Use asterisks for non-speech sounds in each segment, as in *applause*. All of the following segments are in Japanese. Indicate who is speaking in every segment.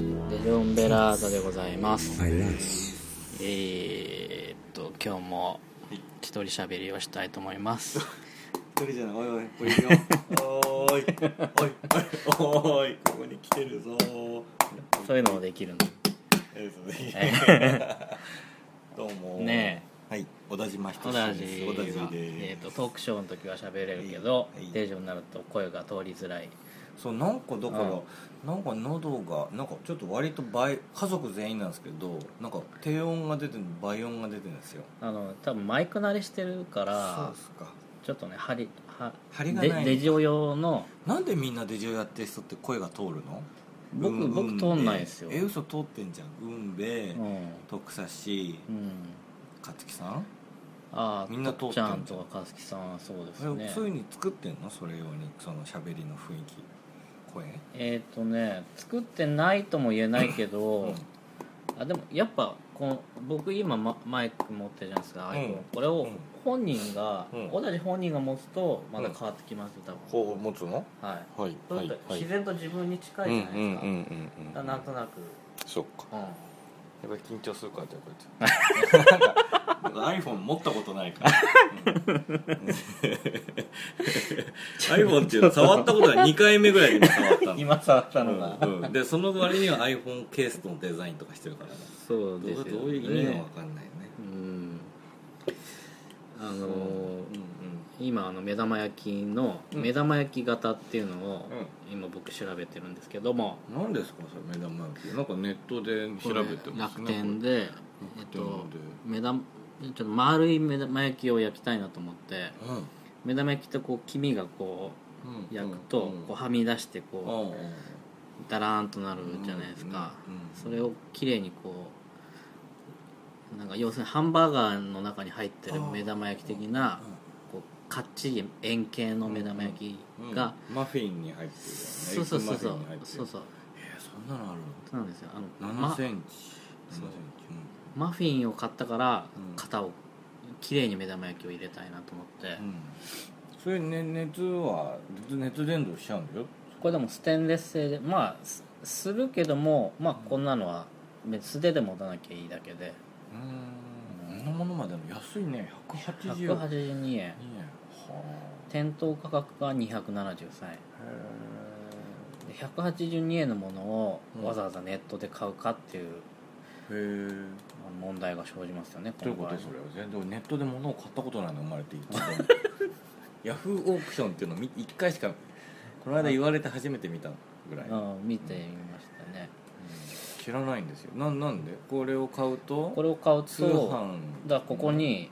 Speaker 1: ンベラードでございます
Speaker 2: はい、ランチ。
Speaker 1: えーっと今日も一人喋りをしたいと思い
Speaker 3: *laughs*
Speaker 1: ます
Speaker 3: 一人じゃないおいおいこれいるよおーいおいおいおいここに来て
Speaker 1: *laughs*
Speaker 3: るぞー
Speaker 1: そういうのもできるの
Speaker 3: ありがとうございます
Speaker 1: ね *laughs*
Speaker 3: どうも
Speaker 1: ね
Speaker 3: えはい小田島
Speaker 1: 同
Speaker 3: 仁
Speaker 1: じは
Speaker 3: 志です小田
Speaker 1: え
Speaker 3: 島
Speaker 1: ーっ
Speaker 3: です
Speaker 1: とトークショーの時は喋れるけど
Speaker 3: はい
Speaker 1: デジョンになると声が通りづらい
Speaker 3: そうなんかだから
Speaker 1: うん
Speaker 3: なんか喉がなんかちょっと割と倍家族全員なんですけどなんか低音が出てる倍音が出てるんですよ
Speaker 1: あの多分マイク慣れしてるか
Speaker 3: そう
Speaker 1: ら
Speaker 3: ですか
Speaker 1: ちょっとね針は
Speaker 3: 張りが
Speaker 1: で
Speaker 3: ない
Speaker 1: デジオ用の
Speaker 3: なんでみんなデジオやってる人って声が通るの
Speaker 1: 僕
Speaker 3: うん
Speaker 1: 僕
Speaker 3: うん
Speaker 1: 通んないですよ
Speaker 3: え嘘通ってんじゃんうんべ
Speaker 1: うん、
Speaker 3: 徳佐氏
Speaker 1: うん、
Speaker 3: 勝木さん
Speaker 1: ああ
Speaker 3: みんな通ってん
Speaker 1: ち
Speaker 3: じゃん
Speaker 1: ゃんとか和樹さんはそうです
Speaker 3: そう
Speaker 1: ね
Speaker 3: いうふうに作ってんのそれ用にその喋りの雰囲気声
Speaker 1: えっ、とね作ってないとも言えないけど、あでもやっぱこの僕今ママイク持ってるじゃないですか、
Speaker 3: うん
Speaker 1: iPhone これを
Speaker 3: うん
Speaker 1: 本人が、
Speaker 3: うん
Speaker 1: 同じ本人が持つとまだ変わってきますよ多分、
Speaker 3: こう持つの
Speaker 1: はい
Speaker 2: はい、
Speaker 1: そうすると自然と自分に近いじゃないですか,、だからなんとなく、
Speaker 2: そっか。
Speaker 1: うん
Speaker 2: やっぱり緊張するから、じゃ、こい
Speaker 3: iPhone 持ったことないから iPhone っていうの触ったことが2回目ぐらいで今触ったの
Speaker 1: 今触ったのが、
Speaker 3: うんうんでその割には iPhone ケースのデザインとかしてるからね
Speaker 1: そう
Speaker 3: ど
Speaker 1: ですよ
Speaker 3: う
Speaker 1: ね
Speaker 3: どういう意味か分かんないよね
Speaker 1: うんあのー
Speaker 3: う
Speaker 1: 今あの目玉焼きの
Speaker 3: うん
Speaker 1: 目玉焼き型っていうのを
Speaker 3: んうん
Speaker 1: 今僕調べてるんですけども
Speaker 3: 何ですかそれ目玉焼きなんかネットで調べてます
Speaker 1: 楽
Speaker 3: ね
Speaker 1: 天でえっと
Speaker 3: 楽天で
Speaker 1: 目玉ちょっと丸い目玉焼きを焼きたいなと思って目玉焼きとこう黄身がこ
Speaker 3: うん
Speaker 1: う焼くとこうはみ出して
Speaker 3: う
Speaker 1: こ
Speaker 3: んうん
Speaker 1: うダラーンとなるじゃないですか
Speaker 3: うんうんうん
Speaker 1: それを綺麗にこうなんか要するにハンバーガーの中に入ってる目玉焼き的なこうかっちり円形の目玉焼き
Speaker 3: うん
Speaker 1: が、
Speaker 3: マフィンに入ってるよね
Speaker 1: そうそうそうそう
Speaker 3: エッグマフィンに入ってる
Speaker 1: そうそう
Speaker 3: えーそんなのある
Speaker 1: そうなんですよあの
Speaker 3: の7
Speaker 1: ま
Speaker 3: センチ
Speaker 1: そう
Speaker 3: 7セン
Speaker 1: マフィンを買ったから
Speaker 3: うん
Speaker 1: 型を綺麗に目玉焼きを入れたいなと思って
Speaker 3: チ、うんそれね熱は熱熱伝導しちゃうんだよ
Speaker 1: これでもステンレス製でまあすするけどもまあこんなのは別素手で持たなきゃいいだけで
Speaker 3: うんこんなものまでも安いね182円
Speaker 1: 182円
Speaker 3: は
Speaker 1: 店頭価格が273円
Speaker 3: あへ
Speaker 1: で182円のものを
Speaker 3: うん
Speaker 1: わざわざネットで買うかっていう
Speaker 3: え
Speaker 1: あの問題が生じますよね
Speaker 3: どういうこ
Speaker 1: 今回
Speaker 3: とそれは全然ネットで物を買ったことないの生まれて一度も *laughs* ヤフーオークションっていうのみ一回しかこの間言われて初めて見たぐらい
Speaker 1: うん見てみましたね、
Speaker 3: 知らないんですよななんでこれを買うと
Speaker 1: これを買うと
Speaker 3: 通
Speaker 1: だ
Speaker 3: 販
Speaker 1: からここに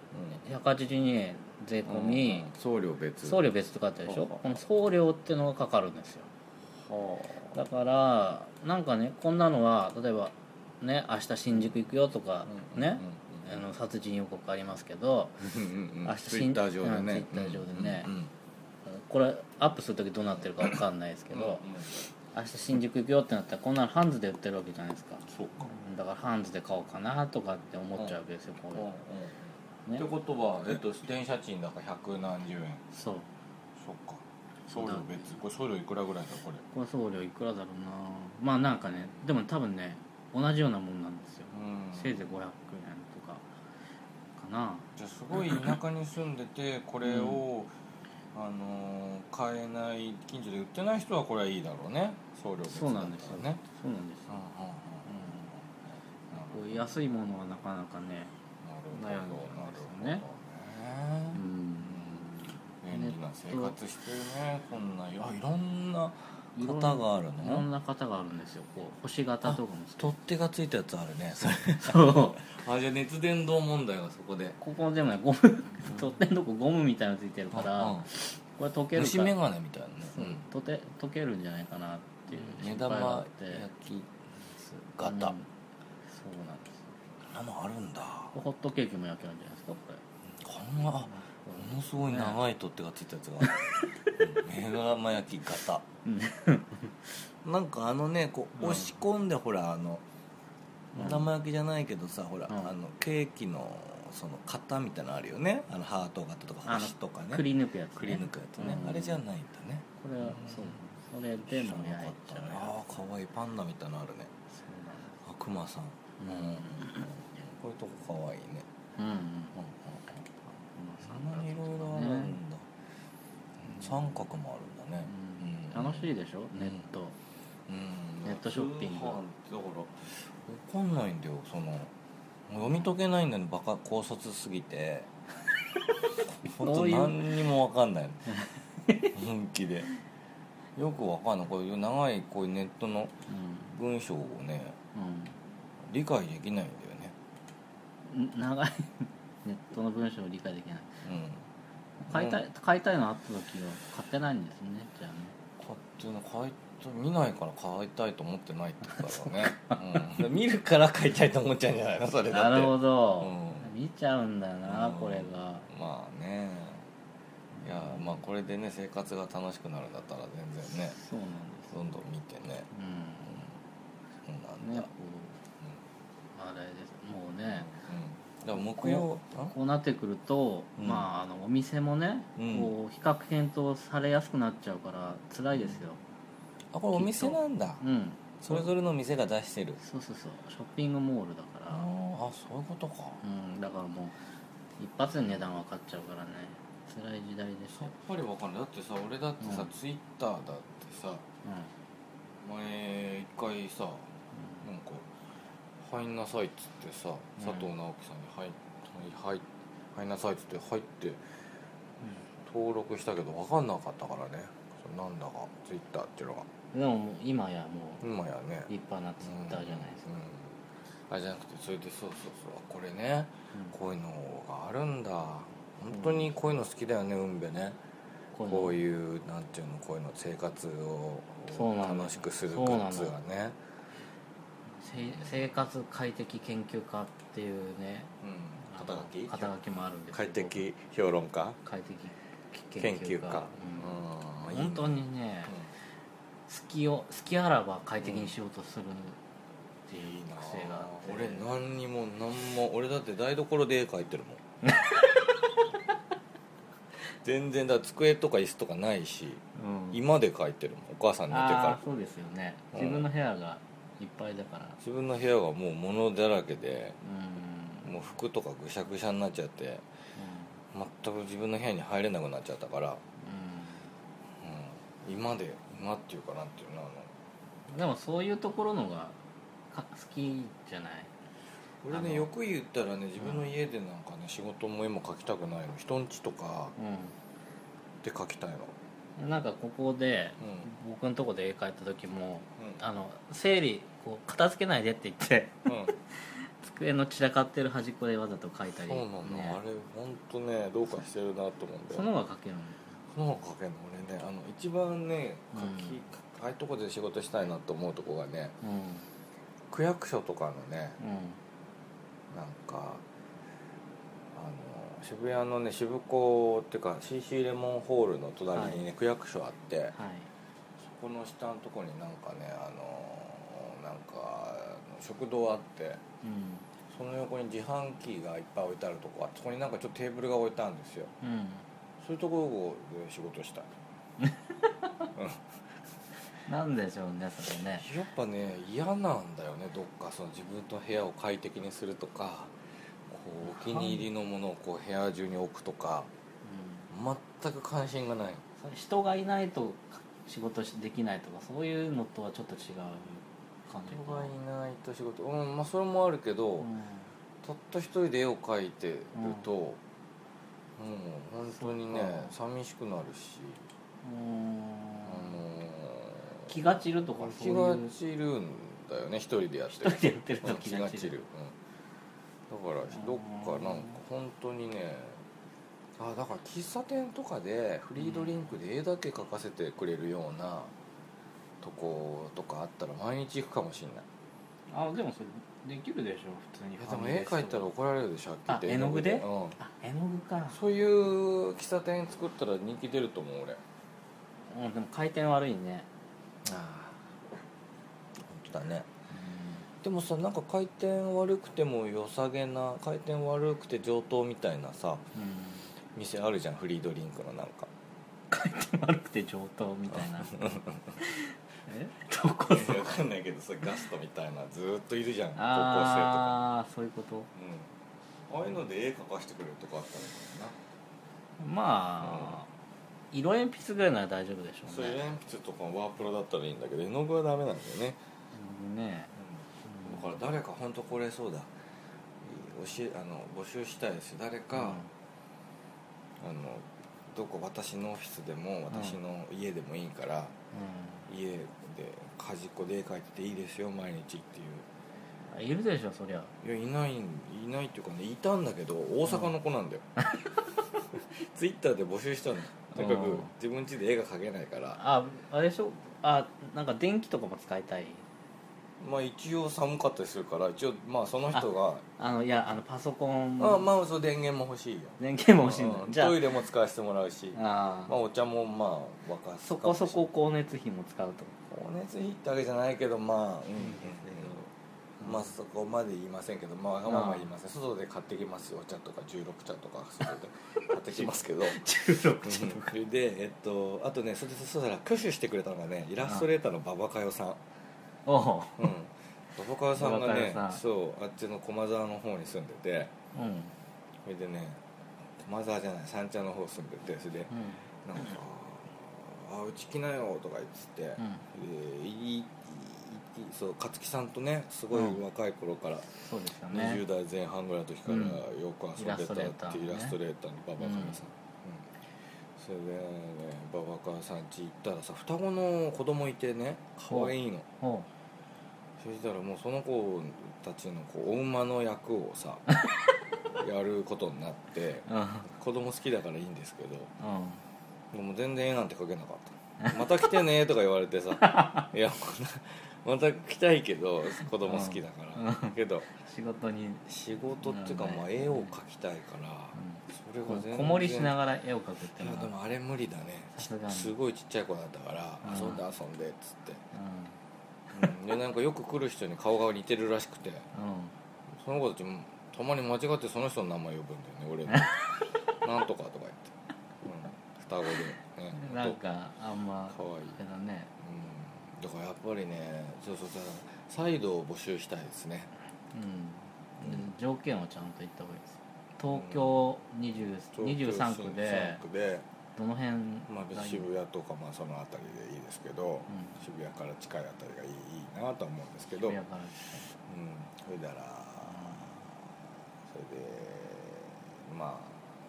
Speaker 3: う
Speaker 1: 182円税
Speaker 3: ん、
Speaker 1: 込み、
Speaker 3: うん送料別
Speaker 1: 送料別とかあったでしょ、
Speaker 3: はあはあ
Speaker 1: この送料っていうのがかかるんですよ
Speaker 3: はあ
Speaker 1: だからなんかねこんなのは例えばね明日新宿行くよとか
Speaker 3: うん
Speaker 1: ね、
Speaker 3: うんうん
Speaker 1: あの殺人予告ありますけど
Speaker 3: うん
Speaker 1: あ
Speaker 3: ツイッター上でね
Speaker 1: うん Twitter 上でね
Speaker 3: うんうんうん
Speaker 1: これアップする時どうなってるかわかんないですけど、明日新宿行くよってなったらこんなのハンズで売ってるわけじゃないですか
Speaker 3: そうか
Speaker 1: だからハンズで買おうかなとかって思っちゃうわけですよこ
Speaker 3: うん
Speaker 1: ういう
Speaker 3: って
Speaker 1: のね
Speaker 3: ことは、えっと、電車賃だから百何十円
Speaker 1: そう
Speaker 3: そっか送料別これ送料いくらぐらいだこれ
Speaker 1: これ送料いくらだろうなまあなんかねでも多分ね同じようなもんなんですよ、
Speaker 3: うん
Speaker 1: せいぜい500円とかかな
Speaker 3: じゃあすごい田舎に住んでてこれを、あのー買えない近所で売ってない人はこれはいいだろうね送料別だ
Speaker 1: そ
Speaker 3: っ
Speaker 1: う
Speaker 3: た
Speaker 1: な
Speaker 3: ら
Speaker 1: んですよ
Speaker 3: ね
Speaker 1: ねそうなんです
Speaker 3: う
Speaker 1: よ
Speaker 3: んうんうん
Speaker 1: こういう安いものはなかなかね
Speaker 3: なる
Speaker 1: 悩ん
Speaker 3: ほ
Speaker 1: で
Speaker 3: どなる
Speaker 1: る
Speaker 3: ほ
Speaker 1: ん
Speaker 3: ど
Speaker 1: ですよねうん
Speaker 3: ねうん便利な生活してるねこんないあいろんな型がある
Speaker 1: いろん
Speaker 3: の
Speaker 1: な方があるんですよこう星型とかも
Speaker 3: 取っ手がついたやつあるねそれ
Speaker 1: そう
Speaker 3: あじゃあ熱伝導問題がそこで
Speaker 1: ここでもねゴム *laughs* 取っ手のとこゴムみたいなのついてるから、
Speaker 3: うん
Speaker 1: これ溶ける
Speaker 3: 虫
Speaker 1: か
Speaker 3: 眼
Speaker 1: ら
Speaker 3: 鏡みたいなね、
Speaker 1: そう溶け溶けるんじゃないかなっていう
Speaker 3: 目
Speaker 1: 心配があ
Speaker 3: 玉
Speaker 1: って
Speaker 3: 焼き
Speaker 1: う
Speaker 3: 型、
Speaker 1: ん
Speaker 3: ん、
Speaker 1: そうなん
Speaker 3: こ
Speaker 1: ですよ
Speaker 3: んなのあるんだ
Speaker 1: ホットケーキも焼けるんじゃないですかこれ
Speaker 3: こんなあものすごい長い取っ手がついたやつがある、目玉焼き型
Speaker 1: うん
Speaker 3: なんかあのねこう
Speaker 1: うん
Speaker 3: 押し込んで、ほらあの
Speaker 1: うん
Speaker 3: 目玉焼きじゃないけどさほら、
Speaker 1: うん
Speaker 3: あのケーキのその型みたいなのあるよねあのハート型とか
Speaker 1: あの
Speaker 3: 星とか
Speaker 1: *laughs*
Speaker 3: ね
Speaker 1: くり抜くやつ、ね、
Speaker 3: くり抜くやつね、
Speaker 1: うん
Speaker 3: あれじゃないんだね
Speaker 1: これはそうそれでも焼
Speaker 3: 知らないか
Speaker 1: ち
Speaker 3: っ
Speaker 1: ゃ
Speaker 3: た
Speaker 1: う
Speaker 3: ね
Speaker 1: や
Speaker 3: ああかわいいパンダみたいなのあるね
Speaker 1: つそうなんです
Speaker 3: あクマさん、うん、こういうとこかわいいね、
Speaker 1: うんうん
Speaker 3: うんうん、そん
Speaker 1: まあ
Speaker 3: なにいろいろあるんだ、三角もあるんだね、
Speaker 1: うん楽しい
Speaker 3: で
Speaker 1: でしょ
Speaker 3: ん
Speaker 1: ネット
Speaker 3: うん
Speaker 1: ネットショッピング
Speaker 2: 通販だか
Speaker 3: わかんないんだよその読み解けないんだよねバカ高卒すぎ
Speaker 1: *laughs*
Speaker 3: て本
Speaker 1: ど
Speaker 3: 当
Speaker 1: ういう
Speaker 3: 何にもわかんない本気でよくわかんないこういう長いこういうネットの
Speaker 1: う
Speaker 3: 文章をね
Speaker 1: ん
Speaker 3: 理解できないんだよね
Speaker 1: うんん長い *laughs* ネットの文章を理解できない
Speaker 3: うん
Speaker 1: 買いたい買いたいのあった時は買ってないんですねじゃあね
Speaker 3: 買ってな買いた見ないから買いたいと思ってないって言ったから *laughs* ね、うん、見るから買いたいと思っちゃうんじゃないのそれだって
Speaker 1: なるほど、
Speaker 3: う
Speaker 1: 見ちゃうんだな、
Speaker 3: うん
Speaker 1: これが
Speaker 3: まあねいやまあこれでね生活が楽しくなるんだったら全然ね
Speaker 1: そうなんです
Speaker 3: どんどん見てね
Speaker 1: う
Speaker 3: そうなんん
Speaker 1: ね
Speaker 3: だ、
Speaker 1: こうあれですもうね
Speaker 3: うん、だから木曜
Speaker 1: こうなってくると、
Speaker 3: うん
Speaker 1: まああのお店もね、
Speaker 3: うん
Speaker 1: こう比較検討されやすくなっちゃうから辛いですよ
Speaker 3: あこれお店なんだ
Speaker 1: うん、
Speaker 3: それぞれの店が出してる
Speaker 1: そうそうそうショッピングモールだか
Speaker 3: あ
Speaker 1: ら
Speaker 3: あそういうことか
Speaker 1: うんだからもう一発で値段分かっちゃうからね辛い時代です
Speaker 3: さっ
Speaker 1: よ、
Speaker 3: ぱりわかんないだってさ俺だってさ、
Speaker 1: うん
Speaker 3: ツイッターだってさ前一回さ
Speaker 1: う
Speaker 3: なんか「入んなさい」っつってさ
Speaker 1: ん
Speaker 3: 佐藤直樹さんに入「入入入んなさい」っつって入って登録したけど分かんなかったからねそれなんだかツイッターっていうのが
Speaker 1: ん、でももう今やもう
Speaker 3: 今やね
Speaker 1: 立派なツイッターじゃないですか、
Speaker 3: うんあれじゃなくてそれでそうそうそうこれね
Speaker 1: うん
Speaker 3: こういうのがあるんだ本当にこういうの好きだよねうんべね
Speaker 1: こ
Speaker 3: こう
Speaker 1: ういう
Speaker 3: いうなんていうのこういうの生活を
Speaker 1: そうなんだ
Speaker 3: 楽しくするグ
Speaker 1: そうな
Speaker 3: ッ
Speaker 1: んだ
Speaker 3: ズがね
Speaker 1: せ生活快適研究家っていうね
Speaker 3: うん
Speaker 1: あの
Speaker 3: 肩書き
Speaker 1: 肩書きもあるんですけ
Speaker 3: 快
Speaker 1: ど
Speaker 3: 適評論家
Speaker 1: 快適
Speaker 3: 研究家
Speaker 1: うん
Speaker 3: うん
Speaker 1: 本当にね隙を隙あらば快適にしようとするって
Speaker 3: い
Speaker 1: い
Speaker 3: いうな
Speaker 1: 癖があって
Speaker 3: 俺何にも何も俺だって台所で絵描いてるも
Speaker 1: *laughs*
Speaker 3: ん全然だから机とか椅子とかないし
Speaker 1: うん
Speaker 3: 今で描いてるもんお母さん寝て
Speaker 1: あ
Speaker 3: か
Speaker 1: あ
Speaker 3: ら
Speaker 1: そうですよね
Speaker 3: うん
Speaker 1: 自分の部屋がいっぱいだから
Speaker 3: 自分の部屋がもう物だらけで
Speaker 1: うん
Speaker 3: もう服とかぐしゃぐしゃになっちゃって全く自分の部屋に入れなくなっちゃったから、うん、今で今っていうかなんていうのあの
Speaker 1: うんでもそういうところのがか好きじゃない
Speaker 3: 俺
Speaker 1: あの
Speaker 3: ねよく言ったらね自分の家でなんかね、仕事も絵も描きたくないの人んちとかで描きたいの
Speaker 1: うんなんかここで
Speaker 3: うん、
Speaker 1: 僕のとこで絵描いた時も
Speaker 3: うん
Speaker 1: あの整理こう片付けないでって言って
Speaker 3: うん、
Speaker 1: 机の散らかってる端っこでわざと描いたり
Speaker 3: そうなんだ、
Speaker 1: ね
Speaker 3: あれ本当ねどうかしてるなと思うんだよ
Speaker 1: その方が描けるの
Speaker 3: その方が描けるの俺ねあの一番ね
Speaker 1: うん
Speaker 3: 描き、ああいうとこで仕事したいなと思うとこがね
Speaker 1: う
Speaker 3: 区役所とかの
Speaker 1: ん
Speaker 3: ね
Speaker 1: うん
Speaker 3: なんかあの渋谷のね渋港っていうか CC レモンホールの隣にね、区役所あって
Speaker 1: はい
Speaker 3: そこの下のとこになんかねあのなんかあの食堂あって
Speaker 1: う
Speaker 3: その横に自販機がいっぱい置いてあるとこあってそこになんかちょっとテーブルが置いてあるんですよ
Speaker 1: んうん
Speaker 3: そういうところで仕事したい
Speaker 1: なんでしょうねそれね
Speaker 3: やっぱね嫌なんだよねどっかその自分の部屋を快適にするとかこうお気に入りのものをこう部屋中に置くとか全く関心がない
Speaker 1: それ人がいないと仕事しできないとかそういうのとはちょっと違う感じ
Speaker 3: 人
Speaker 1: かな
Speaker 3: がいないと仕事うんまあそれもあるけど、たった一人で絵を描いてると、もう本当にね寂しくなるし、
Speaker 1: うん
Speaker 3: あ
Speaker 1: うん
Speaker 3: のー
Speaker 1: 気が散るとかそうい
Speaker 3: 気が
Speaker 1: う
Speaker 3: 散るんだよね一人でやって
Speaker 1: 一
Speaker 3: る
Speaker 1: 人でやってる
Speaker 3: う
Speaker 1: と
Speaker 3: ん
Speaker 1: 気
Speaker 3: 気
Speaker 1: が
Speaker 3: が
Speaker 1: 散
Speaker 3: 散
Speaker 1: る
Speaker 3: る、うん、だからどっかなんか本当にねあだから喫茶店とかでフリードリンクで絵だけ描かせてくれるようなとことかあったら毎日行くかもしんない
Speaker 1: あでもそれできるでしょ普通に
Speaker 3: いやでも絵描いたら怒られるでしょ
Speaker 1: あ
Speaker 3: はっきり言って
Speaker 1: 絵の具で
Speaker 3: うん、
Speaker 1: あ絵の具か
Speaker 3: そういう喫茶店作ったら人気出ると思う俺あ
Speaker 1: うんでも回転悪いね
Speaker 3: あ本当だねでもさなんか回転悪くても良さげな回転悪くて上等みたいなさ
Speaker 1: うん
Speaker 3: 店あるじゃんフリードリンクのなんか
Speaker 1: *laughs* 悪くて上等みたいなえそこそこ
Speaker 3: 分か *laughs* んないけどさガストみたいなずーっといるじゃん高校生とか
Speaker 1: ああそういうこと
Speaker 3: うん、ああいうので絵描かしてくれるとかあったのか
Speaker 1: まあ、色鉛筆ぐらいなら大丈夫でし
Speaker 3: な、
Speaker 1: ょ
Speaker 3: そう
Speaker 1: う
Speaker 3: いう
Speaker 1: ね
Speaker 3: 鉛筆とかワープロだったらいいんだけど絵の具はダメなんだよね、
Speaker 1: ね
Speaker 3: だから誰か本当これそうだ教えあの募集したいです誰か、あのどこ私のオフィスでも私の家でもいいから、
Speaker 1: う
Speaker 3: 家で端っこで絵描いてていいですよ毎日ってい
Speaker 1: ん、うん、いるでしょそりゃ
Speaker 3: ういやいないいないっていうかねいたんだけど大阪の子なんだよ、 *laughs* ツイッターで募集したのとにか
Speaker 1: う
Speaker 3: く
Speaker 1: ん
Speaker 3: 自分家で絵が描けないから
Speaker 1: ああれでしょあなんか電気とかも使いたい
Speaker 3: まあ一応寒かったりするから一応まあその人が
Speaker 1: あのいやあのパソコン
Speaker 3: まあまあそう電源も欲しいよ
Speaker 1: 電源も欲しいんだ、
Speaker 3: うん
Speaker 1: じゃあ
Speaker 3: トイレも使わせてもらうし
Speaker 1: あ
Speaker 3: ま
Speaker 1: あ
Speaker 3: あお茶もまあ沸かす
Speaker 1: そこそこ光熱費も使うと
Speaker 3: 光熱費ってわけじゃないけどまあうん、
Speaker 1: うん
Speaker 3: まあそこまで言いませんけどまあわがまま言いません外で買ってきますよお茶とか16茶とか外で買ってきますけど
Speaker 1: 16
Speaker 3: うんでえっとあとねそれでそうだら挙手してくれたのがねイラストレーターの馬場佳代さん
Speaker 1: おおう
Speaker 3: うん馬場佳代さん
Speaker 1: 馬
Speaker 3: が
Speaker 1: 場
Speaker 3: ね
Speaker 1: 佳代さん
Speaker 3: そうあっちの駒沢の方に住んでて
Speaker 1: うんうん
Speaker 3: それでね駒沢じゃない三茶の方住んでてそれでなんか「あうち来なよ」とか言ってて、
Speaker 1: うん
Speaker 3: でいいいいそう勝木さんとねすごい
Speaker 1: うん
Speaker 3: 若い頃から、
Speaker 1: そうですよね
Speaker 3: 20代前半ぐらいの時から
Speaker 1: う
Speaker 3: よ
Speaker 1: ん
Speaker 3: く遊んでた
Speaker 1: イラストレータ
Speaker 3: っ
Speaker 1: ー
Speaker 3: て
Speaker 1: ね
Speaker 3: イラストレーターの馬場カさん、うんそれでね馬場カさん家行ったらさ双子の子供いてね可愛いの
Speaker 1: ほ
Speaker 3: そしたらもうその子たちのこうお馬の役を
Speaker 1: *laughs*
Speaker 3: さやることになって
Speaker 1: ううんうん
Speaker 3: 子供好きだからいいんですけどでも全然絵なんて描けなかった「また来てね」とか言われ
Speaker 1: *laughs*
Speaker 3: てさ「いやまた来たいけど子供好きだから、
Speaker 1: うん
Speaker 3: けど
Speaker 1: 仕事に、
Speaker 3: 仕事っていうか、
Speaker 1: うん
Speaker 3: まあ、絵を描きたいから、それが
Speaker 1: うん、
Speaker 3: 全
Speaker 1: こ
Speaker 3: 然
Speaker 1: こもりしながら絵を描くって
Speaker 3: い
Speaker 1: いう
Speaker 3: や
Speaker 1: の
Speaker 3: で
Speaker 1: は
Speaker 3: もあれ無理だね
Speaker 1: さすがに
Speaker 3: すごいちっちゃい子だったから
Speaker 1: うん
Speaker 3: 遊んで遊んでっつって、うんでなんかよく来る人に顔が似てるらしくて
Speaker 1: うんうん
Speaker 3: その子たちもたまに間違ってその人の名前呼ぶんだよね俺
Speaker 1: *laughs*
Speaker 3: のなんとかとか言って、うん、双子でね
Speaker 1: なんかあんま
Speaker 3: かわいい
Speaker 1: あれだね
Speaker 3: うんだからやっぱりねそうそうそう再度募集したいですね
Speaker 1: うん、
Speaker 3: うん
Speaker 1: 条件をちゃんと言った方がいいです東京20 23区で
Speaker 3: 23区で、
Speaker 1: どの辺がいい
Speaker 3: まあ、渋谷とかまあその辺りでいいですけど、渋谷から近い辺りがいいいいなとは思うんですけど、うん
Speaker 1: 渋、谷から
Speaker 3: それだらそれでま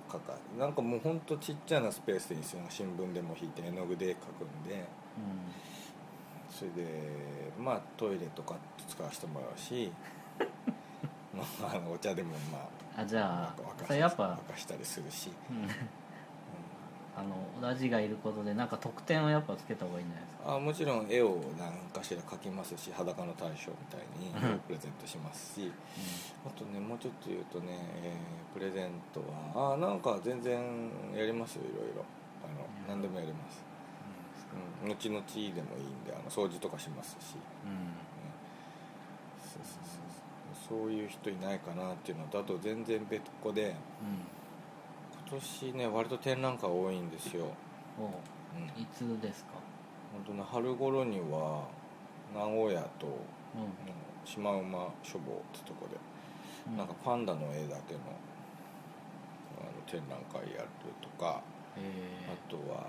Speaker 3: あかかなんかもうほんとちっちゃなスペースでいいんですよ新聞でも引いて絵の具で描くんでそれでまあトイレとか使わせてもら
Speaker 1: *laughs*
Speaker 3: うしまああのお茶でもまあ
Speaker 1: うん、あじゃ
Speaker 3: なんか
Speaker 1: あ
Speaker 3: 沸
Speaker 1: そ
Speaker 3: かし
Speaker 1: れやっぱ
Speaker 3: 沸、かしたりするし、
Speaker 1: うん、 *laughs* あの同じがいることでなんか得点をやっぱつけた方がいいんじゃないですか
Speaker 3: あもちろん絵を何かしら描きますし裸の大将みたいにプレゼントしますしあとねもうちょっと言うとね、えープレゼントはあなんか全然やりますよいろいろあの
Speaker 1: うん
Speaker 3: 何でもやります、うん、後々でもいいんであの掃除とかしますし、ね、
Speaker 1: うん、
Speaker 3: そうそうそうそうそういう人いないかなっていうのとあと全然別個で今年ね割と展覧会多いんですよ、
Speaker 1: うんうん、お
Speaker 3: うん、
Speaker 1: いつですか
Speaker 3: 本当ね春頃には名古屋と
Speaker 1: うん
Speaker 3: うんシマウマ書房ってとこで、
Speaker 1: うん
Speaker 3: なんかパンダの絵だけのあの展覧会やるとか、
Speaker 1: え
Speaker 3: あとは、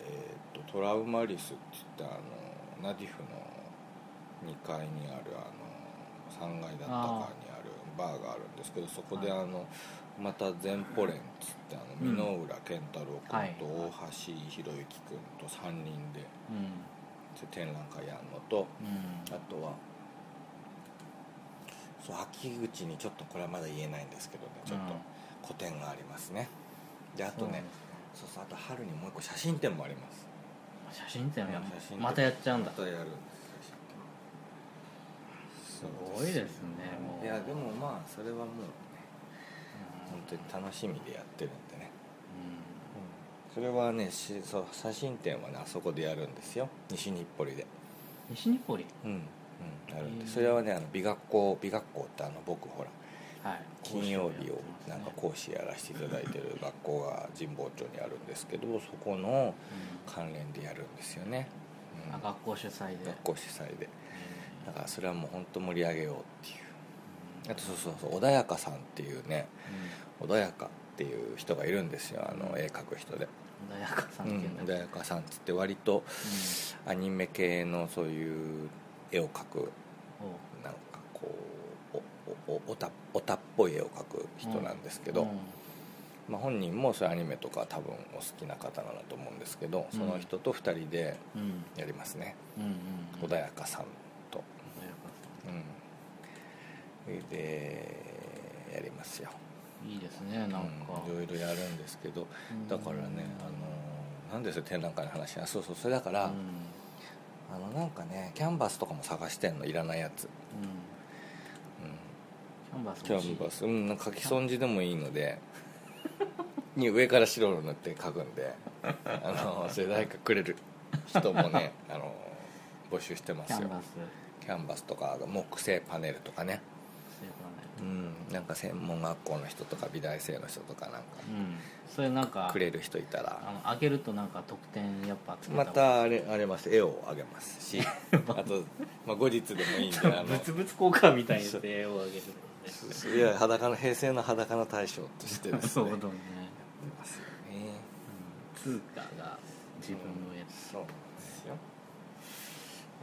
Speaker 3: えー、とトラウマリスって言ってあのナディフの2階にあるあの3階だったかにあるバーがあるんですけどそこであ
Speaker 1: は
Speaker 3: の、また前ポレンっつってあの
Speaker 1: うん
Speaker 3: 箕浦健太郎
Speaker 1: はい
Speaker 3: 君と大橋宏之君と3人で。
Speaker 1: ー、うん
Speaker 3: 展覧会やるのと
Speaker 1: うん
Speaker 3: あとはそう秋口にちょっとこれはまだ言えないんですけどねちょっ
Speaker 1: うん
Speaker 3: と個展がありますねであと
Speaker 1: そうなん
Speaker 3: ね
Speaker 1: です
Speaker 3: そうそうあと春にもう一個写真展もあります
Speaker 1: 写真展をやっ
Speaker 3: 写真展
Speaker 1: またやっちゃうんだ
Speaker 3: またやるんです
Speaker 1: す
Speaker 3: 写真展
Speaker 1: ごいですねもう
Speaker 3: いやでもまあそれはもう本当に楽しみでやってるんでね、
Speaker 1: う
Speaker 3: それはねしそう写真展はねあそこでやるんですよ西日暮里で
Speaker 1: ん西日暮里
Speaker 3: うん、うん、あるん
Speaker 1: へ
Speaker 3: で
Speaker 1: ー
Speaker 3: それはねあの美学校美学校ってあの僕ほら
Speaker 1: はい
Speaker 3: 金曜日をなんか講師やらせていただいてる学校が神保町にあるんですけどそこの関連でやるんですよね、ううん
Speaker 1: あ学校主催で
Speaker 3: 学校主催
Speaker 1: え
Speaker 3: でだからそれはもう本当盛り上げようっていうあとそうそうそう穏やかさんっていうね穏やかっていう人がいるんですよあの絵描く人で、
Speaker 1: ー穏やかさ
Speaker 3: うん
Speaker 1: っていうん
Speaker 3: ん、
Speaker 1: だけど
Speaker 3: 穏やかさんっつって割とアニメ系のそういう絵を描く
Speaker 1: うんおう
Speaker 3: なんかこうおおおオタオタっぽい絵を描く人なんですけど、
Speaker 1: うん
Speaker 3: まあ、本人もそういうアニメとか多分お好きな方なんだと思うんですけどその人と2人で
Speaker 1: うん
Speaker 3: やりますね、
Speaker 1: うんうんうん
Speaker 3: 穏やかさんと、
Speaker 1: 穏やか
Speaker 3: うん、でやりますよ
Speaker 1: さんいいですねなんか、
Speaker 3: うんいろいろやるんですけどだからね、あのーなんですよ展覧会の話あそうそうそれだから、
Speaker 1: うん
Speaker 3: あのなんかねキャンバスとかも探してんのいらないやつ、
Speaker 1: うん
Speaker 3: う
Speaker 1: キャンバス
Speaker 3: ん、キャンバス、うん、なんか書き損じでもいいのでに上から白を塗って書くんであのーそれ誰かくれる人も
Speaker 1: *laughs*
Speaker 3: ねあのー募集してま
Speaker 1: キ
Speaker 3: す
Speaker 1: ャ
Speaker 3: よ
Speaker 1: ンバス
Speaker 3: キャンバスとか木製パネルとかね
Speaker 1: そういうことね
Speaker 3: うん、なんか専門学校の人とか美大生の人とかなんか
Speaker 1: うんそれなんか
Speaker 3: くれる人いたら
Speaker 1: あの開けるとなんか得点やっぱつけた
Speaker 3: またあれあれます絵をあげます
Speaker 1: *laughs*
Speaker 3: しあと、まあ、後日でもいいんであの
Speaker 1: ブツブツ交換みたいにして絵をあげる
Speaker 3: そうそういや裸の平成の裸の大賞として
Speaker 1: の
Speaker 3: で
Speaker 1: ね *laughs*
Speaker 3: す
Speaker 1: そ
Speaker 3: ね
Speaker 1: うだ
Speaker 3: や
Speaker 1: ね
Speaker 3: ってますよね
Speaker 1: 通貨が自分のやつ
Speaker 3: そうなんですよ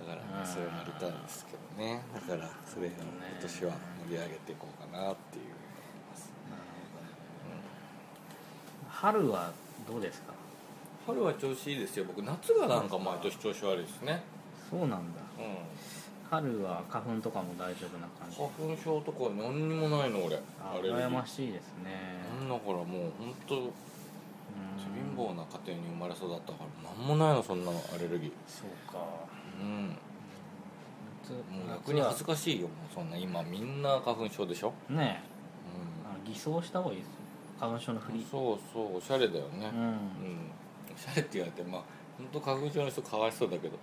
Speaker 3: だから、ね、それやりたいですけどねだからそれを今年は盛り上げていこうかなっていう思います、
Speaker 1: 春はどうですか
Speaker 3: 春は調子いいですよ僕夏がなんか毎年調子悪いですね
Speaker 1: そうなんだ
Speaker 3: うん
Speaker 1: 春は花粉とかも大丈夫な感じ
Speaker 3: 花粉症とか何にもないの俺
Speaker 1: あ
Speaker 3: アレルギー
Speaker 1: 羨ましいですね
Speaker 3: うんだからもう本当
Speaker 1: うん
Speaker 3: 貧乏な家庭に生まれ育ったから何もないのそんなアレルギー
Speaker 1: そうか
Speaker 3: うん
Speaker 1: 夏
Speaker 3: もう逆に恥ずかしいよもうそんな今みんな花粉症でしょ
Speaker 1: ねえ
Speaker 3: う
Speaker 1: あの偽装した方がいいですよ花粉症のふ
Speaker 3: ん
Speaker 1: り
Speaker 3: そうそうおしゃれだよ
Speaker 1: う
Speaker 3: ね
Speaker 1: ん、うん
Speaker 3: うん、おしゃれって言われてまあ本当花粉症の人かわいそうだけど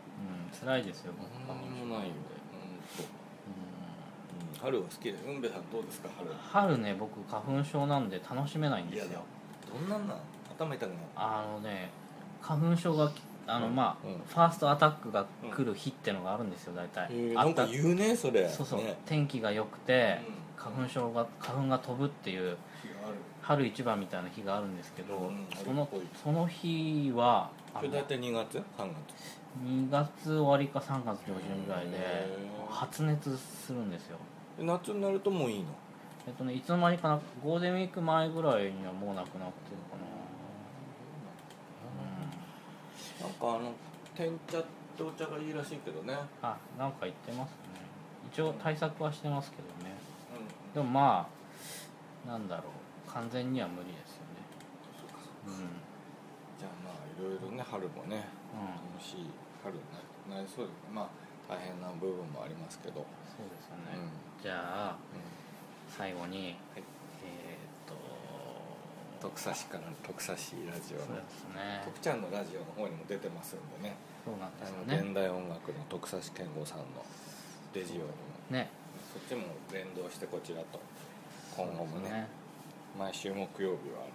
Speaker 1: 辛いですよ僕
Speaker 3: 何にもないよ
Speaker 1: う
Speaker 3: うん春は好きでうんべさんどうですか春
Speaker 1: ん春ね僕花粉症なんで楽しめないんです
Speaker 3: いや
Speaker 1: よ
Speaker 3: どんなんなん頭痛くなる
Speaker 1: あのね花粉症がきあの
Speaker 3: うん
Speaker 1: まあ、
Speaker 3: うん
Speaker 1: ファーストアタックが来る日ってのがあるんですよ大体、
Speaker 3: へえ
Speaker 1: あ
Speaker 3: な
Speaker 1: っ
Speaker 3: ん
Speaker 1: た
Speaker 3: か言うねそれ
Speaker 1: そうそう、
Speaker 3: ね
Speaker 1: 天気が良くて、
Speaker 3: うん
Speaker 1: 花粉症が花粉が飛ぶっていう春一番みたいな日があるんですけど、
Speaker 3: うん
Speaker 1: その
Speaker 3: 春っぽい
Speaker 1: その日はあ
Speaker 3: それ
Speaker 1: の
Speaker 3: 大体2月3月
Speaker 1: 2月終わりか3月上旬ぐらいで
Speaker 3: へー
Speaker 1: 発熱するんですよ
Speaker 3: え夏になるともういいの
Speaker 1: えっとねいつの間にかなゴールデンウィーク前ぐらいにはもうなくなってるかな、
Speaker 3: なんかあの天茶とお茶がいいらしいけどね、
Speaker 1: うん、あなんか言ってますね一応対策はしてますけどねでもまあなんだろう完全には無理ですよね
Speaker 3: じゃあまあいろいろね春もね
Speaker 1: うん、うん、
Speaker 3: 楽しい春になりそうですねまあ大変な部分もありますけど、
Speaker 1: そうですよ
Speaker 3: うん
Speaker 1: ね、じゃあ
Speaker 3: う
Speaker 1: 最後に、えー
Speaker 3: はい
Speaker 1: っと
Speaker 3: ん、徳佐市から徳佐市ラジ
Speaker 1: そ
Speaker 3: オ
Speaker 1: う
Speaker 3: の
Speaker 1: ですね
Speaker 3: 徳ちゃんのラジオの方にも出てますんでね
Speaker 1: そうなんですよ
Speaker 3: あの
Speaker 1: ね
Speaker 3: 現代音楽の徳佐市健吾さんのレジオにも
Speaker 1: ね
Speaker 3: そっちも連動してこちらと今
Speaker 1: そ
Speaker 3: 後
Speaker 1: う
Speaker 3: も
Speaker 1: です
Speaker 3: ね
Speaker 1: ね
Speaker 3: 毎週木曜日は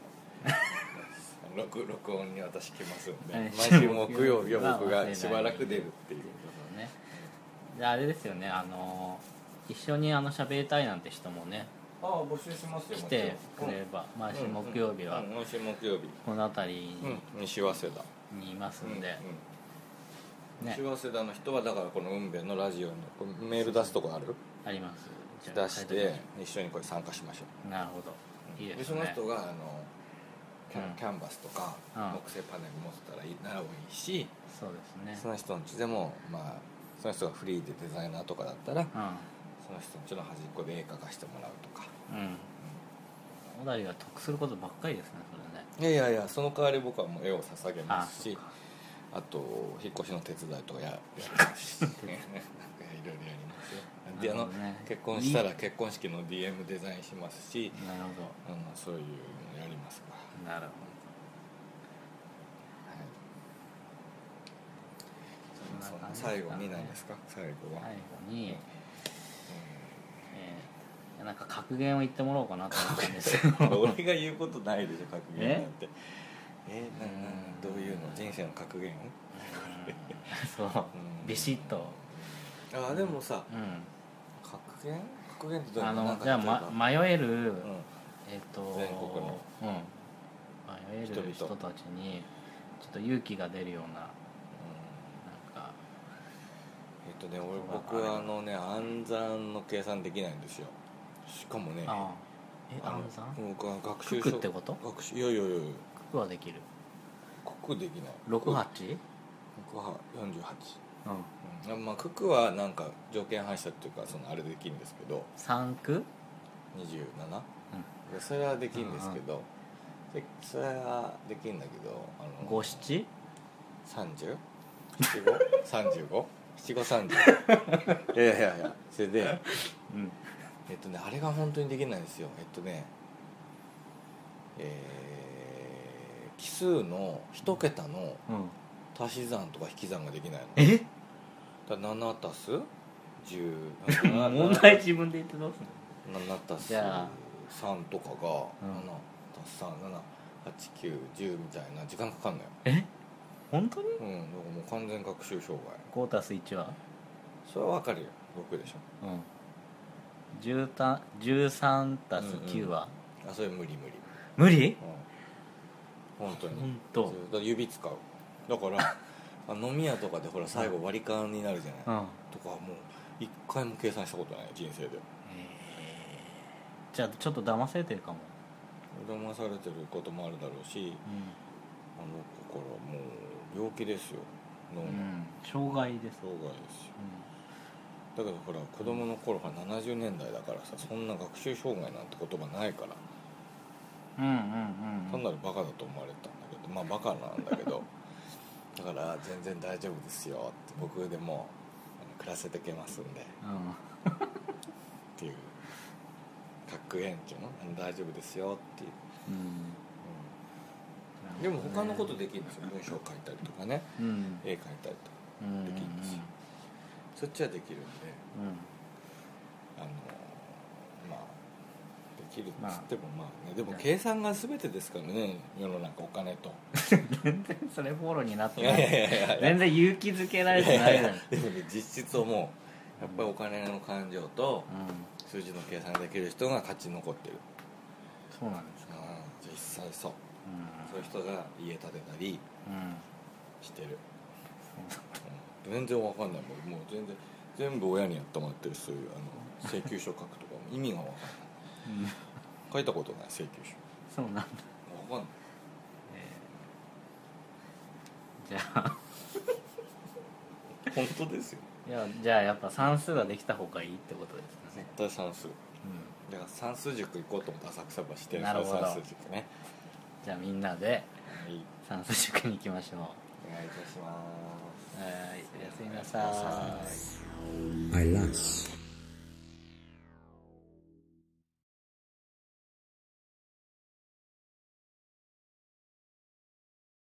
Speaker 3: あ
Speaker 1: *laughs*
Speaker 3: の録録音に私来ますんで
Speaker 1: はい
Speaker 3: 毎週木曜日は僕
Speaker 1: 忘れな
Speaker 3: が
Speaker 1: い
Speaker 3: しばらく出るってい
Speaker 1: とい
Speaker 3: う
Speaker 1: うことねであれですよねあの一緒にあの喋りたいなんて人もね
Speaker 3: ああ募集します
Speaker 1: 来てくれれば毎週木曜日は
Speaker 3: 毎週木曜日、
Speaker 1: この辺り
Speaker 3: 西早稲田
Speaker 1: にいますんで
Speaker 3: うん
Speaker 1: ね
Speaker 3: 西早稲田の人はだからこの運べのラジオのこれメール出すとこある
Speaker 1: ありますじゃあ
Speaker 3: 出して一緒にこれ参加しましょ
Speaker 1: なるほど
Speaker 3: う
Speaker 1: いいです
Speaker 3: その
Speaker 1: ね
Speaker 3: 人があのキャ,、
Speaker 1: うん
Speaker 3: キャンバスとか
Speaker 1: うん
Speaker 3: 木製パネル持ってたらいいならいいし、
Speaker 1: そうです
Speaker 3: そ
Speaker 1: ね
Speaker 3: の人の家でもまあその人がフリーでデザイナーとかだったら
Speaker 1: う
Speaker 3: その人の家の端っこで絵描かしてもらうとか、
Speaker 1: んうん小田井が得することばっかりですねそれね
Speaker 3: いやいやいやその代わり僕はもう絵を捧げま
Speaker 1: あ
Speaker 3: す
Speaker 1: そっ
Speaker 3: し
Speaker 1: か
Speaker 3: あと引っ越しの手伝いとかややりますしなんかいろいろやりますよであの、
Speaker 1: なるほどね
Speaker 3: 結婚したら結婚式の DM デザインしますし、
Speaker 1: なるほ
Speaker 3: うん、そういうのやりますから、
Speaker 1: どなるほ
Speaker 3: はい
Speaker 1: そんな感じですかね
Speaker 3: 最後に何ですか最後
Speaker 1: ど
Speaker 3: は、
Speaker 1: 最後にえーなんか
Speaker 3: *laughs*
Speaker 1: 格言を言ってもらおうかなと思ったんですよ *laughs*
Speaker 3: うん俺が言うことないでしょ格言なんてえーななどういうの人生の格言
Speaker 1: そうビシッと、
Speaker 3: ああでもさ
Speaker 1: う
Speaker 3: 格言格言ってど
Speaker 1: ん、
Speaker 3: うい
Speaker 1: あ
Speaker 3: うのなん
Speaker 1: の
Speaker 3: か
Speaker 1: じゃあ、
Speaker 3: 例えば
Speaker 1: ま、迷える、
Speaker 3: うん
Speaker 1: えっ、と
Speaker 3: 全国の
Speaker 1: うん、迷え
Speaker 3: 人々
Speaker 1: る人たちにちょっと勇気が出るようななんか
Speaker 3: えっとね、俺僕はあのね暗算の計算できないんですよしかもね
Speaker 1: ああえ
Speaker 3: あの
Speaker 1: 暗算
Speaker 3: 僕は学習
Speaker 1: 九九ってこと
Speaker 3: 学習いやいやいや
Speaker 1: 九はできる
Speaker 3: 九九できない
Speaker 1: 六八
Speaker 3: 僕は48
Speaker 1: うん
Speaker 3: うんまあ九九はなんか条件反射っていうかそのあれできるんですけど
Speaker 1: 三九
Speaker 3: 27、うん、それはできるんですけど、でそれはできるんだけどあの
Speaker 1: 五七
Speaker 3: 三十七五三十五七五三十いやいやいやそれで
Speaker 1: うん
Speaker 3: えっとねあれが本当にできないんですよえっとねえー奇数の一桁
Speaker 1: う
Speaker 3: の
Speaker 1: ん
Speaker 3: 足し算とか引き算ができないの
Speaker 1: え
Speaker 3: だから7足す10
Speaker 1: *laughs* 問題自分で言ってどうすんの
Speaker 3: 7足す
Speaker 1: じゃあ
Speaker 3: 3とかが
Speaker 1: うん
Speaker 3: 7足す37890みたいな時間かかんのよ
Speaker 1: え本当に
Speaker 3: うんだからもう完全学習障害
Speaker 1: 五足す一は
Speaker 3: それはわかるよ6でしょ
Speaker 1: うん十た十三足す九は、
Speaker 3: あそれ無理無理
Speaker 1: 無理
Speaker 3: うん本当に
Speaker 1: 本当
Speaker 3: そうだから指使う
Speaker 1: *laughs*
Speaker 3: だからあ飲み屋とかでほら最後割り勘になるじゃない、
Speaker 1: うん
Speaker 3: とかもう一回も計算したことない人生で
Speaker 1: えーじゃあちょっと騙されてるかも、
Speaker 3: 騙されてることもあるだろうしあの心もう病気ですよ脳
Speaker 1: う
Speaker 3: の
Speaker 1: ん、障害です、
Speaker 3: 障害ですよ
Speaker 1: う
Speaker 3: だけどほら子供の頃が70年代だからさそんな学習障害なんて言葉ないから
Speaker 1: ん、うんうんうん
Speaker 3: 単なるバカだと思われたんだけどまあバカなんだけど *laughs* だから全然大丈夫ですよって僕でもあの暮らせてけますんで
Speaker 1: うん
Speaker 3: っていう格言っていうのあの大丈夫ですよっていう、
Speaker 1: うん
Speaker 3: でも他のことできるんですよ文章を書いたりとかね
Speaker 1: うん
Speaker 3: 絵描いたりとか
Speaker 1: うん
Speaker 3: できるんですよそっちはできるんであのまあできるっつってもまあねでも計算が全てですからね世の中お金と
Speaker 1: 全然それフォローになっ
Speaker 3: い
Speaker 1: てな
Speaker 3: やいや
Speaker 1: い
Speaker 3: いやいや
Speaker 1: 全然勇気づけられ
Speaker 3: い
Speaker 1: てな
Speaker 3: や
Speaker 1: い
Speaker 3: い
Speaker 1: じゃ
Speaker 3: や
Speaker 1: ん
Speaker 3: *laughs* でもね実質をもうやっぱりお金の感情と
Speaker 1: うん
Speaker 3: 数字の計算ができる人が勝ち残ってる、
Speaker 1: そうなんです
Speaker 3: うん、実際そうそう
Speaker 1: う
Speaker 3: いう人が家建てたり
Speaker 1: ん、うん、
Speaker 3: してるうん全然わかんないもんもう全然全部親にやってもらってるしそういうあの請求書書くとかも意味がわかんない書いたことない請求
Speaker 1: そうなんだ、
Speaker 3: 書わかん
Speaker 1: じ
Speaker 3: ない
Speaker 1: ゃあ
Speaker 3: 本当ですよ
Speaker 1: いやじゃあやっぱ算数ができた方がいいってことですね、
Speaker 3: 絶対算数
Speaker 1: うん
Speaker 3: だから算数塾行こうと思って浅草橋して
Speaker 1: なるほど
Speaker 3: 算数塾ね
Speaker 1: じゃあみんなで
Speaker 3: はい
Speaker 1: 算数塾に行きましょう
Speaker 3: お願いいたします
Speaker 1: はいおやすみなさい
Speaker 4: I laugh.